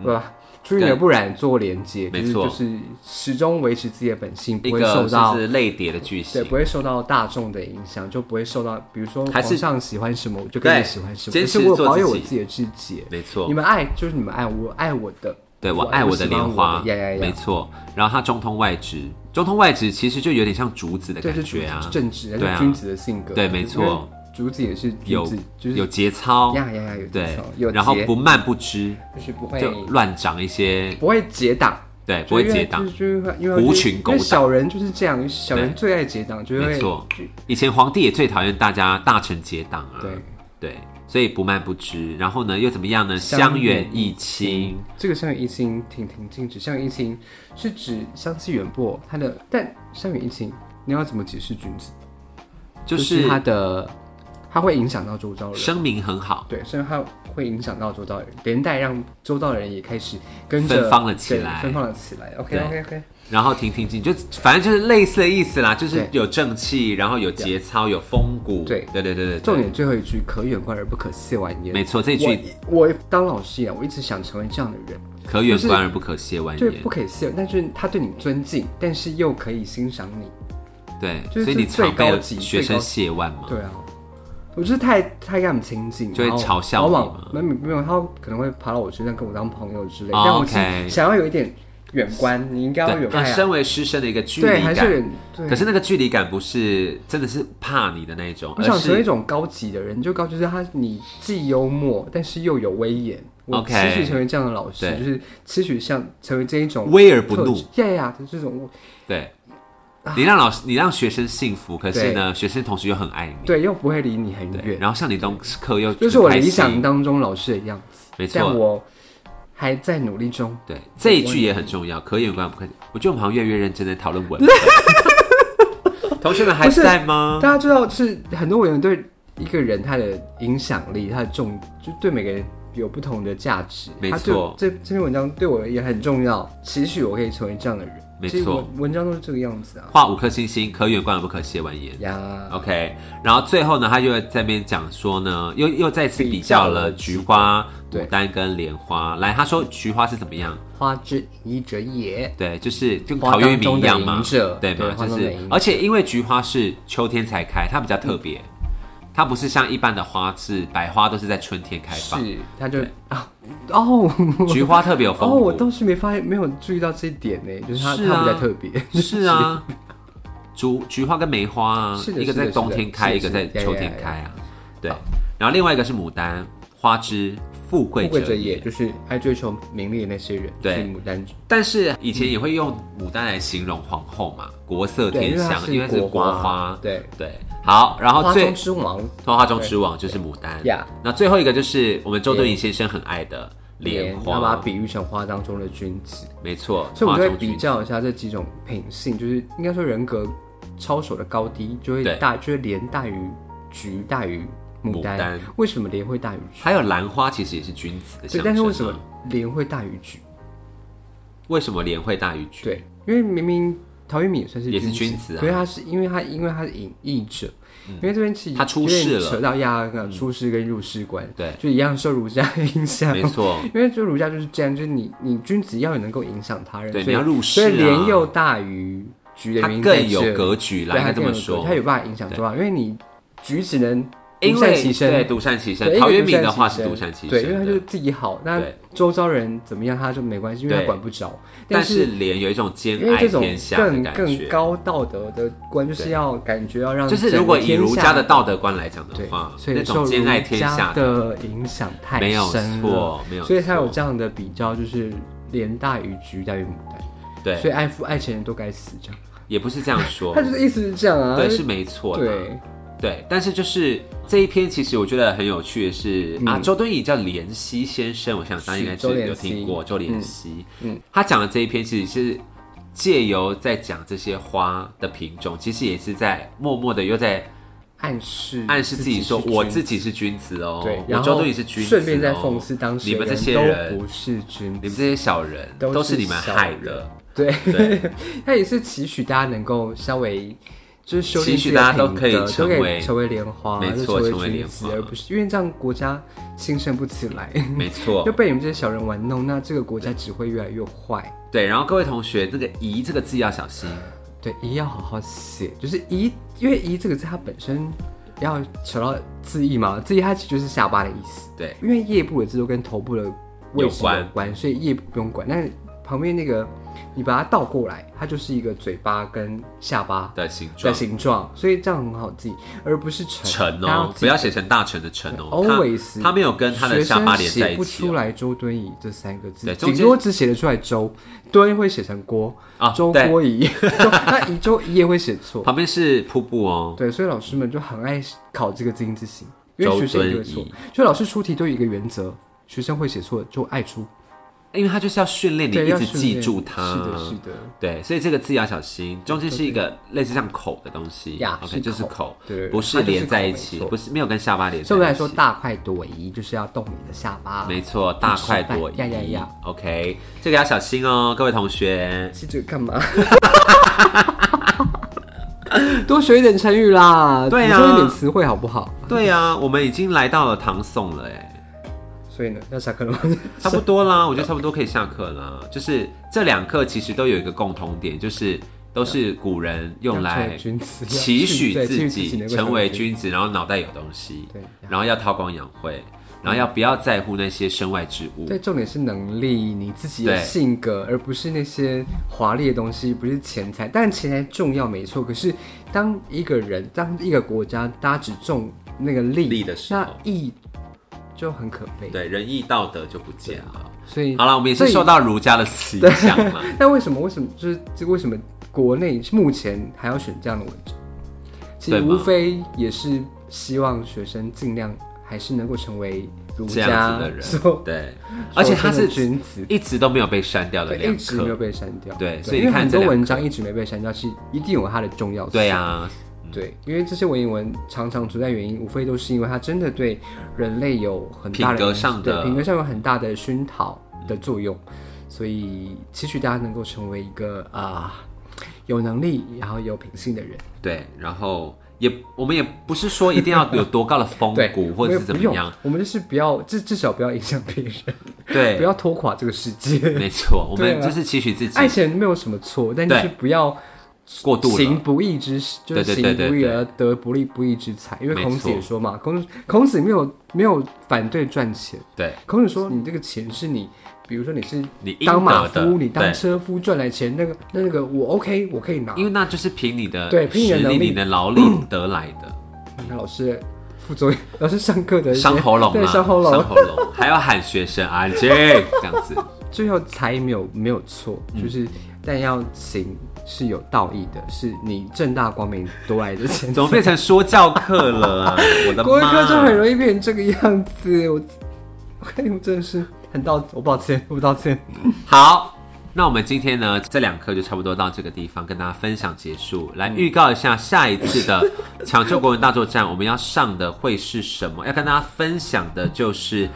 [SPEAKER 2] 对吧？出淤泥而不染做连接，
[SPEAKER 1] 嗯没
[SPEAKER 2] 就是
[SPEAKER 1] 错
[SPEAKER 2] 就是始终维持自己的本性，
[SPEAKER 1] 一
[SPEAKER 2] 不会
[SPEAKER 1] 个
[SPEAKER 2] 受到
[SPEAKER 1] 就是类叠的句
[SPEAKER 2] 对，
[SPEAKER 1] 型
[SPEAKER 2] 不。会受到大众的影响，就不会受到，比如说
[SPEAKER 1] 还
[SPEAKER 2] 皇
[SPEAKER 1] 是
[SPEAKER 2] 上喜欢什么，我就跟
[SPEAKER 1] 对
[SPEAKER 2] 着喜欢什么，
[SPEAKER 1] 坚
[SPEAKER 2] 可是
[SPEAKER 1] 持
[SPEAKER 2] 我
[SPEAKER 1] 做
[SPEAKER 2] 保
[SPEAKER 1] 自
[SPEAKER 2] 有我
[SPEAKER 1] 己
[SPEAKER 2] 自己的自己，
[SPEAKER 1] 没错
[SPEAKER 2] 你，们爱就是你们爱我，爱我的，
[SPEAKER 1] 对我爱我的
[SPEAKER 2] 喜欢
[SPEAKER 1] 莲花，
[SPEAKER 2] 呀呀
[SPEAKER 1] 没
[SPEAKER 2] 呀，
[SPEAKER 1] 错。然后它中通外直，中通外直其实就有点像竹子的
[SPEAKER 2] 对，
[SPEAKER 1] 感
[SPEAKER 2] 是
[SPEAKER 1] 觉啊，
[SPEAKER 2] 正直，
[SPEAKER 1] 对
[SPEAKER 2] 是
[SPEAKER 1] 啊
[SPEAKER 2] 君子的性格，
[SPEAKER 1] 对没错
[SPEAKER 2] 因为竹子也是君
[SPEAKER 1] 有
[SPEAKER 2] 子，就是
[SPEAKER 1] 有节操，
[SPEAKER 2] 呀呀呀，有节
[SPEAKER 1] 对
[SPEAKER 2] 操有，
[SPEAKER 1] 然后
[SPEAKER 2] 节
[SPEAKER 1] 不慢不知，
[SPEAKER 2] 就是不会
[SPEAKER 1] 就乱长一些，
[SPEAKER 2] 不会结党，
[SPEAKER 1] 对，不会
[SPEAKER 2] 就是因为
[SPEAKER 1] 结党
[SPEAKER 2] 就。是因为因为
[SPEAKER 1] 狐群狗党
[SPEAKER 2] 因为小人就是这样，小人最爱结党，就会
[SPEAKER 1] 没错，以前皇帝也最讨厌大家大臣结党啊。
[SPEAKER 2] 对
[SPEAKER 1] 对所以不慢不知，然后呢又怎么样呢？
[SPEAKER 2] 相
[SPEAKER 1] 相
[SPEAKER 2] 远
[SPEAKER 1] 远益亲，
[SPEAKER 2] 这个相远益清，挺挺禁止。相远益清是指相去远薄，它的但相远益清，你要怎么解释君子？
[SPEAKER 1] 就
[SPEAKER 2] 就是
[SPEAKER 1] 是
[SPEAKER 2] 它的，它会影响到周遭人，
[SPEAKER 1] 声名很好，
[SPEAKER 2] 对，甚至它会影响到周遭人，连带让周遭人也开始跟着
[SPEAKER 1] 芬芳了起来
[SPEAKER 2] 对芬芳了起来。OK
[SPEAKER 1] 对
[SPEAKER 2] OK OK，
[SPEAKER 1] 然后停停停，就反正就是类似的意思啦，就是
[SPEAKER 2] 对
[SPEAKER 1] 有正气，然后有节操，有风骨。
[SPEAKER 2] 对
[SPEAKER 1] 对对对对，
[SPEAKER 2] 重
[SPEAKER 1] 对
[SPEAKER 2] 点最后一句，可远观而不可亵玩焉。
[SPEAKER 1] 没错，这句
[SPEAKER 2] 我我当老师也，啊我一直想成为这样的人。
[SPEAKER 1] 可远观而不可亵玩
[SPEAKER 2] 对，
[SPEAKER 1] 焉
[SPEAKER 2] 不。可以信任，但是他对你尊敬，但是又可以欣赏你。
[SPEAKER 1] 对，
[SPEAKER 2] 就是
[SPEAKER 1] 所以你
[SPEAKER 2] 最
[SPEAKER 1] 常被
[SPEAKER 2] 高级
[SPEAKER 1] 学
[SPEAKER 2] 最
[SPEAKER 1] 生
[SPEAKER 2] 高
[SPEAKER 1] 亵玩嘛？
[SPEAKER 2] 对啊，我就是太太跟他们亲近，
[SPEAKER 1] 就会
[SPEAKER 2] 然后
[SPEAKER 1] 嘲笑
[SPEAKER 2] 往
[SPEAKER 1] 你
[SPEAKER 2] 往
[SPEAKER 1] 吗
[SPEAKER 2] 没没没有，他可能会爬到我身上跟我当朋友之类的。
[SPEAKER 1] 哦
[SPEAKER 2] 但我其
[SPEAKER 1] OK
[SPEAKER 2] 实想要有一点远观，你应该要
[SPEAKER 1] 对，
[SPEAKER 2] 远
[SPEAKER 1] 那
[SPEAKER 2] 观
[SPEAKER 1] 身
[SPEAKER 2] 啊。
[SPEAKER 1] 为师生的一个距
[SPEAKER 2] 对，
[SPEAKER 1] 离
[SPEAKER 2] 还
[SPEAKER 1] 感，
[SPEAKER 2] 是有点对。
[SPEAKER 1] 可是那个距离感不是真的是怕你的那一种，
[SPEAKER 2] 我
[SPEAKER 1] 而
[SPEAKER 2] 想成为一
[SPEAKER 1] 是
[SPEAKER 2] 种高级的人，就高就是他你既幽默，但是又有威严。我
[SPEAKER 1] OK
[SPEAKER 2] 期许成为这样的老师，
[SPEAKER 1] 对
[SPEAKER 2] 就是期许像成为这一种
[SPEAKER 1] 威而不
[SPEAKER 2] 特
[SPEAKER 1] 怒
[SPEAKER 2] 质。呀呀，就这种
[SPEAKER 1] 对。
[SPEAKER 2] 啊
[SPEAKER 1] 你让老师，你让学生幸福，可是呢，学生同时又很爱你，
[SPEAKER 2] 对，又不会离你很
[SPEAKER 1] 对。
[SPEAKER 2] 远。
[SPEAKER 1] 然后上你东课又
[SPEAKER 2] 就是我
[SPEAKER 1] 很开
[SPEAKER 2] 理
[SPEAKER 1] 心
[SPEAKER 2] 想，当中老师的样子，
[SPEAKER 1] 没
[SPEAKER 2] 但
[SPEAKER 1] 错，
[SPEAKER 2] 我还在努力中。
[SPEAKER 1] 对这一句也很重要，可远观不可。我觉得我们好像越来越认真在讨论文本。 同学们还
[SPEAKER 2] 不是
[SPEAKER 1] 在吗？
[SPEAKER 2] 大家知道，就是很多委员对一个人他的影响力，他的重，就对每个人有不同的价值。
[SPEAKER 1] 没
[SPEAKER 2] 他
[SPEAKER 1] 错
[SPEAKER 2] 对这这篇文章对我也很重要，期许我可以成为这样的人。
[SPEAKER 1] 没
[SPEAKER 2] 其实
[SPEAKER 1] 错
[SPEAKER 2] 文文章都是这个样子啊。
[SPEAKER 1] 画五颗星星，可远观而不可亵玩焉。
[SPEAKER 2] 呀，
[SPEAKER 1] OK，然后最后呢，他又在那边讲说呢，又又再次比较了菊花、
[SPEAKER 2] 对
[SPEAKER 1] 牡丹跟莲花。来，他说菊花是怎么样？
[SPEAKER 2] 花之隐逸者也。
[SPEAKER 1] 对，就是跟
[SPEAKER 2] 花
[SPEAKER 1] 陶渊
[SPEAKER 2] 当中
[SPEAKER 1] 明一
[SPEAKER 2] 的
[SPEAKER 1] 样
[SPEAKER 2] 隐
[SPEAKER 1] 嘛
[SPEAKER 2] 者，
[SPEAKER 1] 对
[SPEAKER 2] 对
[SPEAKER 1] 嘛，
[SPEAKER 2] 花
[SPEAKER 1] 就
[SPEAKER 2] 中的
[SPEAKER 1] 是
[SPEAKER 2] 隐者，
[SPEAKER 1] 而且因为菊花是秋天才开，它比较特别，
[SPEAKER 2] 嗯
[SPEAKER 1] 它不是像一般的花是百花都是在春天开放，
[SPEAKER 2] 是，他就啊，哦，
[SPEAKER 1] 菊花特别有风
[SPEAKER 2] 哦，
[SPEAKER 1] 骨。
[SPEAKER 2] 我倒是没发现，没有注意到这一点呢，就是他
[SPEAKER 1] 是
[SPEAKER 2] 他
[SPEAKER 1] 啊
[SPEAKER 2] 比较特别。
[SPEAKER 1] 是啊，竹菊花跟梅花啊
[SPEAKER 2] 是，的
[SPEAKER 1] 一个在冬天开，一
[SPEAKER 2] 是
[SPEAKER 1] 个
[SPEAKER 2] 的
[SPEAKER 1] 在
[SPEAKER 2] 是
[SPEAKER 1] 秋
[SPEAKER 2] 的
[SPEAKER 1] 天
[SPEAKER 2] 呀呀呀
[SPEAKER 1] 开啊。对
[SPEAKER 2] 好，
[SPEAKER 1] 然后另外一个是牡丹，花之富贵
[SPEAKER 2] 富贵
[SPEAKER 1] 者
[SPEAKER 2] 者
[SPEAKER 1] 也
[SPEAKER 2] 也，。就是爱追求名利的那些人，
[SPEAKER 1] 对
[SPEAKER 2] 是牡丹，
[SPEAKER 1] 但是以前也会用牡丹来形容皇后嘛，国色
[SPEAKER 2] 嗯对，
[SPEAKER 1] 天
[SPEAKER 2] 因为它
[SPEAKER 1] 香，因为它是国花。哦
[SPEAKER 2] 对，
[SPEAKER 1] 对，好，然后
[SPEAKER 2] 花
[SPEAKER 1] 最
[SPEAKER 2] 中之王，
[SPEAKER 1] 花花中之王就是牡丹
[SPEAKER 2] 对呀。
[SPEAKER 1] 那最后一个就是我们周敦颐先生很爱的莲
[SPEAKER 2] 它把它
[SPEAKER 1] 花，
[SPEAKER 2] 比喻成花当中的君子，
[SPEAKER 1] 没错，
[SPEAKER 2] 所以我
[SPEAKER 1] 花
[SPEAKER 2] 们就
[SPEAKER 1] 中
[SPEAKER 2] 会比
[SPEAKER 1] 君。
[SPEAKER 2] 较一下这几种品性，就是应该说人格操守的高低，就会
[SPEAKER 1] 对
[SPEAKER 2] 大，就会莲大于菊大于牡丹，
[SPEAKER 1] 牡丹
[SPEAKER 2] 为什么莲会大于菊？
[SPEAKER 1] 还有兰花其实也是君子的象征啊。
[SPEAKER 2] 对，但是为什么莲会大于菊？
[SPEAKER 1] 为什么莲会大于菊？
[SPEAKER 2] 对，因为明明陶渊明也算是
[SPEAKER 1] 也是
[SPEAKER 2] 君
[SPEAKER 1] 君子啊嗯
[SPEAKER 2] 可是他是因为他因为他是隐逸者，因为这边其实
[SPEAKER 1] 他出世了嗯
[SPEAKER 2] 有点扯到亚呃出世跟入世观，
[SPEAKER 1] 对
[SPEAKER 2] 就一样受儒家的影响，
[SPEAKER 1] 没错，
[SPEAKER 2] 因为就儒家就是这样，就是你你君子要有能够影响他人，
[SPEAKER 1] 对
[SPEAKER 2] 所以
[SPEAKER 1] 你要入世
[SPEAKER 2] 所
[SPEAKER 1] 啊
[SPEAKER 2] 以廉又大于菊的
[SPEAKER 1] 他
[SPEAKER 2] 原因在
[SPEAKER 1] 更有
[SPEAKER 2] 这
[SPEAKER 1] 格局啦，
[SPEAKER 2] 对，
[SPEAKER 1] 应
[SPEAKER 2] 他
[SPEAKER 1] 该这么
[SPEAKER 2] 更有格
[SPEAKER 1] 说
[SPEAKER 2] 他。有办法影响周到，因为你菊只能
[SPEAKER 1] 因
[SPEAKER 2] 独善
[SPEAKER 1] 为
[SPEAKER 2] 其身，
[SPEAKER 1] 对独善其
[SPEAKER 2] 对
[SPEAKER 1] 身，陶
[SPEAKER 2] 因为
[SPEAKER 1] 渊
[SPEAKER 2] 独
[SPEAKER 1] 明
[SPEAKER 2] 善
[SPEAKER 1] 的
[SPEAKER 2] 其
[SPEAKER 1] 话是
[SPEAKER 2] 身
[SPEAKER 1] 独善其
[SPEAKER 2] 对，
[SPEAKER 1] 身，
[SPEAKER 2] 因为他就是自己好，那
[SPEAKER 1] 对
[SPEAKER 2] 周遭人怎么样他就没关系，因为他
[SPEAKER 1] 对
[SPEAKER 2] 管不着。
[SPEAKER 1] 但
[SPEAKER 2] 是
[SPEAKER 1] 是莲有一种兼
[SPEAKER 2] 因为
[SPEAKER 1] 爱
[SPEAKER 2] 这种
[SPEAKER 1] 天下的
[SPEAKER 2] 更
[SPEAKER 1] 感
[SPEAKER 2] 更
[SPEAKER 1] 觉。
[SPEAKER 2] 高道德的观，就是要感觉要让
[SPEAKER 1] 就是如果以儒家的道德观来讲的
[SPEAKER 2] 对
[SPEAKER 1] 话，，
[SPEAKER 2] 所
[SPEAKER 1] 那
[SPEAKER 2] 以
[SPEAKER 1] 种
[SPEAKER 2] 受儒
[SPEAKER 1] 兼爱天
[SPEAKER 2] 家
[SPEAKER 1] 下的，
[SPEAKER 2] 的影响太
[SPEAKER 1] 没有
[SPEAKER 2] 深了，
[SPEAKER 1] 错没有
[SPEAKER 2] 所以才有
[SPEAKER 1] 错
[SPEAKER 2] 这样的比较，就是脸大于菊大于牡丹，
[SPEAKER 1] 对
[SPEAKER 2] 所以爱夫爱钱人都该死这样。
[SPEAKER 1] 也不是这样说
[SPEAKER 2] 他，就是意思是这样啊，
[SPEAKER 1] 对，是没错的。
[SPEAKER 2] 对
[SPEAKER 1] 对，但是就是这一篇，其实我觉得很有趣的是、啊，周敦颐叫连熙先生，我想大家应该
[SPEAKER 2] 嗯是周
[SPEAKER 1] 是
[SPEAKER 2] 濂
[SPEAKER 1] 有
[SPEAKER 2] 溪
[SPEAKER 1] 听过周濂溪、
[SPEAKER 2] 嗯
[SPEAKER 1] 嗯，他讲的这一篇其实是借由在讲这些花的品种，其实也是在默默的又在
[SPEAKER 2] 暗示
[SPEAKER 1] 暗示自己说，
[SPEAKER 2] 嗯是
[SPEAKER 1] 我
[SPEAKER 2] 君
[SPEAKER 1] 自己是君子哦，
[SPEAKER 2] 对，
[SPEAKER 1] 我
[SPEAKER 2] 然
[SPEAKER 1] 周
[SPEAKER 2] 后
[SPEAKER 1] 敦颐是君子、哦，
[SPEAKER 2] 顺便在讽刺当时
[SPEAKER 1] 你们这些
[SPEAKER 2] 人
[SPEAKER 1] 人
[SPEAKER 2] 都不是君
[SPEAKER 1] 你们
[SPEAKER 2] 子，
[SPEAKER 1] 这些小人
[SPEAKER 2] 都是
[SPEAKER 1] 都是你们害
[SPEAKER 2] 小人
[SPEAKER 1] 的，
[SPEAKER 2] 对，
[SPEAKER 1] 对
[SPEAKER 2] 他也是期许大家能够稍微。就是修炼
[SPEAKER 1] 期许
[SPEAKER 2] 自己的
[SPEAKER 1] 大家都
[SPEAKER 2] 品
[SPEAKER 1] 可以
[SPEAKER 2] 德
[SPEAKER 1] 成
[SPEAKER 2] 都可
[SPEAKER 1] 为
[SPEAKER 2] 以成为莲花，
[SPEAKER 1] 没
[SPEAKER 2] 就
[SPEAKER 1] 错
[SPEAKER 2] 成
[SPEAKER 1] 成为
[SPEAKER 2] 为君
[SPEAKER 1] 莲
[SPEAKER 2] 子，
[SPEAKER 1] 花
[SPEAKER 2] 而不是因为这样国家兴盛不起 来，
[SPEAKER 1] 没错
[SPEAKER 2] 就。被你们这些小人玩弄，那这个国家只会越来越坏。
[SPEAKER 1] 对，然后各位同学，那个“宜”这个字要小心。
[SPEAKER 2] 对，一要好好写，就是一，因为一这个字它本身要扯到字义嘛，字义它其实就是下巴的意思。
[SPEAKER 1] 对，
[SPEAKER 2] 因为腋部的字都跟头部的位置有关，
[SPEAKER 1] 有
[SPEAKER 2] 所以腋部不用管。但是旁边那个，你把它倒过来，它就是一个嘴巴跟下巴
[SPEAKER 1] 的形
[SPEAKER 2] 的
[SPEAKER 1] 状。
[SPEAKER 2] 形状，所以这样很好记，而不是成
[SPEAKER 1] 臣
[SPEAKER 2] 大家
[SPEAKER 1] 哦，
[SPEAKER 2] 记
[SPEAKER 1] 不要写成大臣的臣哦，
[SPEAKER 2] Always，
[SPEAKER 1] 他他没有跟他的下巴连在
[SPEAKER 2] 学生写
[SPEAKER 1] 一
[SPEAKER 2] 不
[SPEAKER 1] 起
[SPEAKER 2] 出
[SPEAKER 1] 哦
[SPEAKER 2] 来“周敦颐”这三个字
[SPEAKER 1] 对，中
[SPEAKER 2] 顶
[SPEAKER 1] 间
[SPEAKER 2] 多只写得出来“周”，敦会写成“郭”，
[SPEAKER 1] 啊
[SPEAKER 2] 周
[SPEAKER 1] 对
[SPEAKER 2] 郭颐， 周那“颐”周颐也会写错。
[SPEAKER 1] 旁边是瀑布哦，
[SPEAKER 2] 对，所以老师们就很爱考这个字音字形，因为
[SPEAKER 1] 周
[SPEAKER 2] 学生也会
[SPEAKER 1] 敦
[SPEAKER 2] 错
[SPEAKER 1] 颐。
[SPEAKER 2] 所以老师出题都有一个原则，学生会写错就爱出，
[SPEAKER 1] 因为他就是要训练你
[SPEAKER 2] 对，
[SPEAKER 1] 一
[SPEAKER 2] 要
[SPEAKER 1] 直
[SPEAKER 2] 训
[SPEAKER 1] 记
[SPEAKER 2] 练
[SPEAKER 1] 住它。
[SPEAKER 2] 是的，是的，
[SPEAKER 1] 对，所以这个字要小心，中间是一个类似像口的东西
[SPEAKER 2] 呀
[SPEAKER 1] ，OK，
[SPEAKER 2] 是
[SPEAKER 1] 就是
[SPEAKER 2] 口
[SPEAKER 1] 口
[SPEAKER 2] 对对，对
[SPEAKER 1] 不
[SPEAKER 2] 它
[SPEAKER 1] 是
[SPEAKER 2] 就是
[SPEAKER 1] 连在
[SPEAKER 2] 口
[SPEAKER 1] 一
[SPEAKER 2] 没
[SPEAKER 1] 起，
[SPEAKER 2] 错
[SPEAKER 1] 不是没有跟下巴连在
[SPEAKER 2] 所以我来
[SPEAKER 1] 一
[SPEAKER 2] 说，
[SPEAKER 1] 起。
[SPEAKER 2] 大快朵颐就是要动你的下巴，
[SPEAKER 1] 没错，大
[SPEAKER 2] 吃
[SPEAKER 1] 快
[SPEAKER 2] 饭
[SPEAKER 1] 朵颐
[SPEAKER 2] 呀呀呀
[SPEAKER 1] ，OK，这个要小心哦，各位同学。
[SPEAKER 2] 是这个干嘛？ 多学一点成语啦，
[SPEAKER 1] 对
[SPEAKER 2] 呀，
[SPEAKER 1] 啊
[SPEAKER 2] 多一点词汇好不好？
[SPEAKER 1] 对啊，我们已经来到了唐宋了，哎，
[SPEAKER 2] 所以呢，要下课了吗？
[SPEAKER 1] 差不多啦，我觉得差不多可以下课啦。就是这两课其实都有一个共同点，就是都是古人用
[SPEAKER 2] 要成
[SPEAKER 1] 来
[SPEAKER 2] 为君子，要
[SPEAKER 1] 期许
[SPEAKER 2] 对
[SPEAKER 1] 自
[SPEAKER 2] 期许
[SPEAKER 1] 己
[SPEAKER 2] 能够
[SPEAKER 1] 成为
[SPEAKER 2] 君
[SPEAKER 1] 君子，然后脑袋有东西
[SPEAKER 2] 对，
[SPEAKER 1] 然后要韬光养晦，然后要不要在乎那些身外之物
[SPEAKER 2] 子。。对，重点是能力，你自己的
[SPEAKER 1] 对
[SPEAKER 2] 性格，而不是那些华丽的东西，不是钱财。但钱财重要没错，可是当一个人，当一个国家，大家只重那个利
[SPEAKER 1] 利的时候
[SPEAKER 2] 那义就很可悲。
[SPEAKER 1] 对，仁义道德就不见了。
[SPEAKER 2] 所以
[SPEAKER 1] 好了，我们也
[SPEAKER 2] 所
[SPEAKER 1] 是
[SPEAKER 2] 以
[SPEAKER 1] 受到儒家的思想嘛。
[SPEAKER 2] 但为什么？为什么就是这？为什么国内目前还要选这样的文章？其实
[SPEAKER 1] 对吗
[SPEAKER 2] 无非也是希望学生尽量还是能够成为儒
[SPEAKER 1] 这样
[SPEAKER 2] 家
[SPEAKER 1] 子的人，
[SPEAKER 2] 所
[SPEAKER 1] 对，而且他
[SPEAKER 2] 所
[SPEAKER 1] 是
[SPEAKER 2] 称的君子，
[SPEAKER 1] 一直都没有被删掉的
[SPEAKER 2] 对，
[SPEAKER 1] 两
[SPEAKER 2] 一直没有
[SPEAKER 1] 课。
[SPEAKER 2] 被删掉。
[SPEAKER 1] 对所以
[SPEAKER 2] 因为
[SPEAKER 1] 你看
[SPEAKER 2] 很
[SPEAKER 1] 这
[SPEAKER 2] 多
[SPEAKER 1] 两
[SPEAKER 2] 文章一直没被删掉，是一定有它的重要性。
[SPEAKER 1] 对啊，
[SPEAKER 2] 对，因为这些文言文常常存在原因，无非都是因为它真的对人类有很大的
[SPEAKER 1] 品格上的
[SPEAKER 2] 对品格上有很大的熏陶的作用，所以期许大家能够成为一个啊、有能力然后有品性的人。
[SPEAKER 1] 对，然后也我们也不是说一定要有多高的风
[SPEAKER 2] 对，
[SPEAKER 1] 骨或者是怎
[SPEAKER 2] 没有
[SPEAKER 1] 么
[SPEAKER 2] 不用
[SPEAKER 1] 样，
[SPEAKER 2] 我们就是不要至至少不要影响别人，
[SPEAKER 1] 对
[SPEAKER 2] 不，要拖垮这个世界。
[SPEAKER 1] 没错，我
[SPEAKER 2] 对
[SPEAKER 1] 们
[SPEAKER 2] 啊
[SPEAKER 1] 就是期许自己
[SPEAKER 2] 爱情没有什么错，但就是
[SPEAKER 1] 对
[SPEAKER 2] 不要
[SPEAKER 1] 过度
[SPEAKER 2] 行
[SPEAKER 1] 了，
[SPEAKER 2] 不义之事，就是
[SPEAKER 1] 对
[SPEAKER 2] 行
[SPEAKER 1] 对对
[SPEAKER 2] 不义
[SPEAKER 1] 对对
[SPEAKER 2] 而得不利不义之财。因为
[SPEAKER 1] 没
[SPEAKER 2] 孔子
[SPEAKER 1] 错
[SPEAKER 2] 也说嘛，孔孔子没有没有反对赚钱。
[SPEAKER 1] 对，
[SPEAKER 2] 孔子说：“你这个钱是你，比如说你是
[SPEAKER 1] 你应
[SPEAKER 2] 当马
[SPEAKER 1] 得
[SPEAKER 2] 夫
[SPEAKER 1] 的，，
[SPEAKER 2] 你当
[SPEAKER 1] 对
[SPEAKER 2] 车夫赚来钱，那个那那个我 OK，我可以拿。
[SPEAKER 1] 因为那就是凭你的
[SPEAKER 2] 对凭你的
[SPEAKER 1] 实
[SPEAKER 2] 能
[SPEAKER 1] 力、
[SPEAKER 2] 力
[SPEAKER 1] 你的劳力得来的。
[SPEAKER 2] 那老师副作用， 老师上课的一些
[SPEAKER 1] 伤喉咙
[SPEAKER 2] 对
[SPEAKER 1] 嘛，
[SPEAKER 2] 伤喉咙。
[SPEAKER 1] 咙还要喊学生安静这样子。
[SPEAKER 2] 最后财没有没有错，
[SPEAKER 1] 嗯
[SPEAKER 2] 就是但要行是有道义的，是你正大光明夺来 的钱。
[SPEAKER 1] 怎么变成说教课了啊？我的
[SPEAKER 2] 国文课就
[SPEAKER 1] 妈！
[SPEAKER 2] 很容易变成这个样子。我，我真的是很道，我抱歉，我道歉。
[SPEAKER 1] 好，那我们今天呢这两课就差不多到这个地方跟大家分享结束。来预告一下下一次 的抢救国文大作战，我们要上的会是什么？要跟大家分享的就是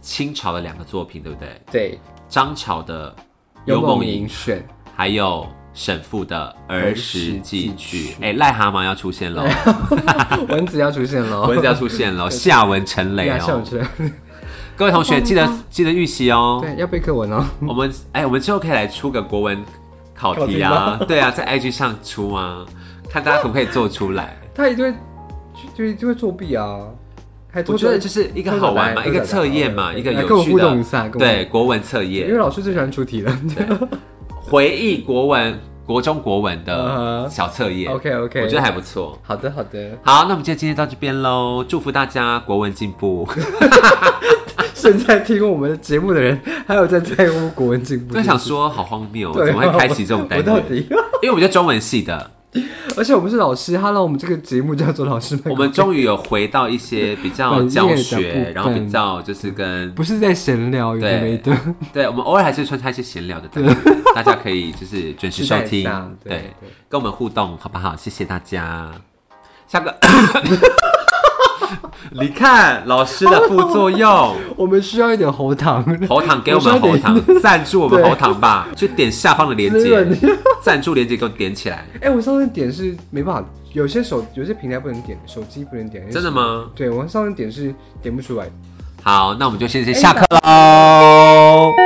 [SPEAKER 1] 清朝的两个作品，对不对？
[SPEAKER 2] 对，
[SPEAKER 1] 张朝的《
[SPEAKER 2] 有
[SPEAKER 1] 幽
[SPEAKER 2] 梦
[SPEAKER 1] 梦营
[SPEAKER 2] 影 选。”
[SPEAKER 1] 还有沈复的儿时寄
[SPEAKER 2] 儿时寄
[SPEAKER 1] 居，哎、癞蛤蟆要出现哦喽，
[SPEAKER 2] 蚊子要出现了，
[SPEAKER 1] 蚊子要出现喽，下文陈雷
[SPEAKER 2] 呀，上
[SPEAKER 1] 哦，
[SPEAKER 2] 去了，
[SPEAKER 1] 各位同学记得记得预习哦。
[SPEAKER 2] 对，要背课文哦。
[SPEAKER 1] 我们哎、我们之后可以来出个国文考题
[SPEAKER 2] 考
[SPEAKER 1] 啊，对啊，在 IG 上出啊，看大家可不可以做出 来。
[SPEAKER 2] 他一定会就就就会作弊啊。还
[SPEAKER 1] 我
[SPEAKER 2] 多
[SPEAKER 1] 觉得就是一个好玩嘛，
[SPEAKER 2] 多
[SPEAKER 1] 一
[SPEAKER 2] 找答案
[SPEAKER 1] 个测验嘛，
[SPEAKER 2] 对
[SPEAKER 1] 一个
[SPEAKER 2] 来跟
[SPEAKER 1] 有
[SPEAKER 2] 我
[SPEAKER 1] 趣
[SPEAKER 2] 互动一
[SPEAKER 1] 的
[SPEAKER 2] 下，跟我
[SPEAKER 1] 对国文测
[SPEAKER 2] 因为
[SPEAKER 1] 验，
[SPEAKER 2] 老师最喜欢出题了。
[SPEAKER 1] 回忆国文国中国文
[SPEAKER 2] 嗯
[SPEAKER 1] 的
[SPEAKER 2] 哼
[SPEAKER 1] 小测验。
[SPEAKER 2] OK，OK
[SPEAKER 1] 我觉得还不错。
[SPEAKER 2] 好的，好的，
[SPEAKER 1] 好，那我们就今天到这边喽，祝福大家国文进步。
[SPEAKER 2] 现在听我们的节目的人，还有在在乎国文进步
[SPEAKER 1] 就
[SPEAKER 2] 这件事，
[SPEAKER 1] 想说好荒谬哦，
[SPEAKER 2] 对啊
[SPEAKER 1] 怎么会开启这种单元？
[SPEAKER 2] 我到底？
[SPEAKER 1] 因为我们就中文系的，
[SPEAKER 2] 而且我们是老师，他让我们这个节目叫做老师们，
[SPEAKER 1] 我们终于有回到一些比较教
[SPEAKER 2] 专业的部
[SPEAKER 1] 学，
[SPEAKER 2] 分
[SPEAKER 1] 然后比较就是跟
[SPEAKER 2] 不是在闲聊，有的
[SPEAKER 1] 对
[SPEAKER 2] 没的，
[SPEAKER 1] 对，我们偶尔还是穿插一些闲聊的单元， 大家可以就是准时 收
[SPEAKER 2] 期
[SPEAKER 1] 听
[SPEAKER 2] 待一下，对
[SPEAKER 1] 对
[SPEAKER 2] 对，
[SPEAKER 1] 跟我们互动，好不好？谢谢大家。下 个， 你看老师的副作用，
[SPEAKER 2] 我们需要一点喉糖，
[SPEAKER 1] 喉糖 给我们喉糖， 赞助我们喉糖吧，就点下方的链
[SPEAKER 2] 滋
[SPEAKER 1] 接
[SPEAKER 2] 润，
[SPEAKER 1] 赞助链接给我点起来，
[SPEAKER 2] 哎、我上次点是没办法，有些手有些平台不能点，手机不能点。
[SPEAKER 1] 真的？吗？
[SPEAKER 2] 对，我上次点是点不出来。
[SPEAKER 1] 好，那我们就先先下课喽。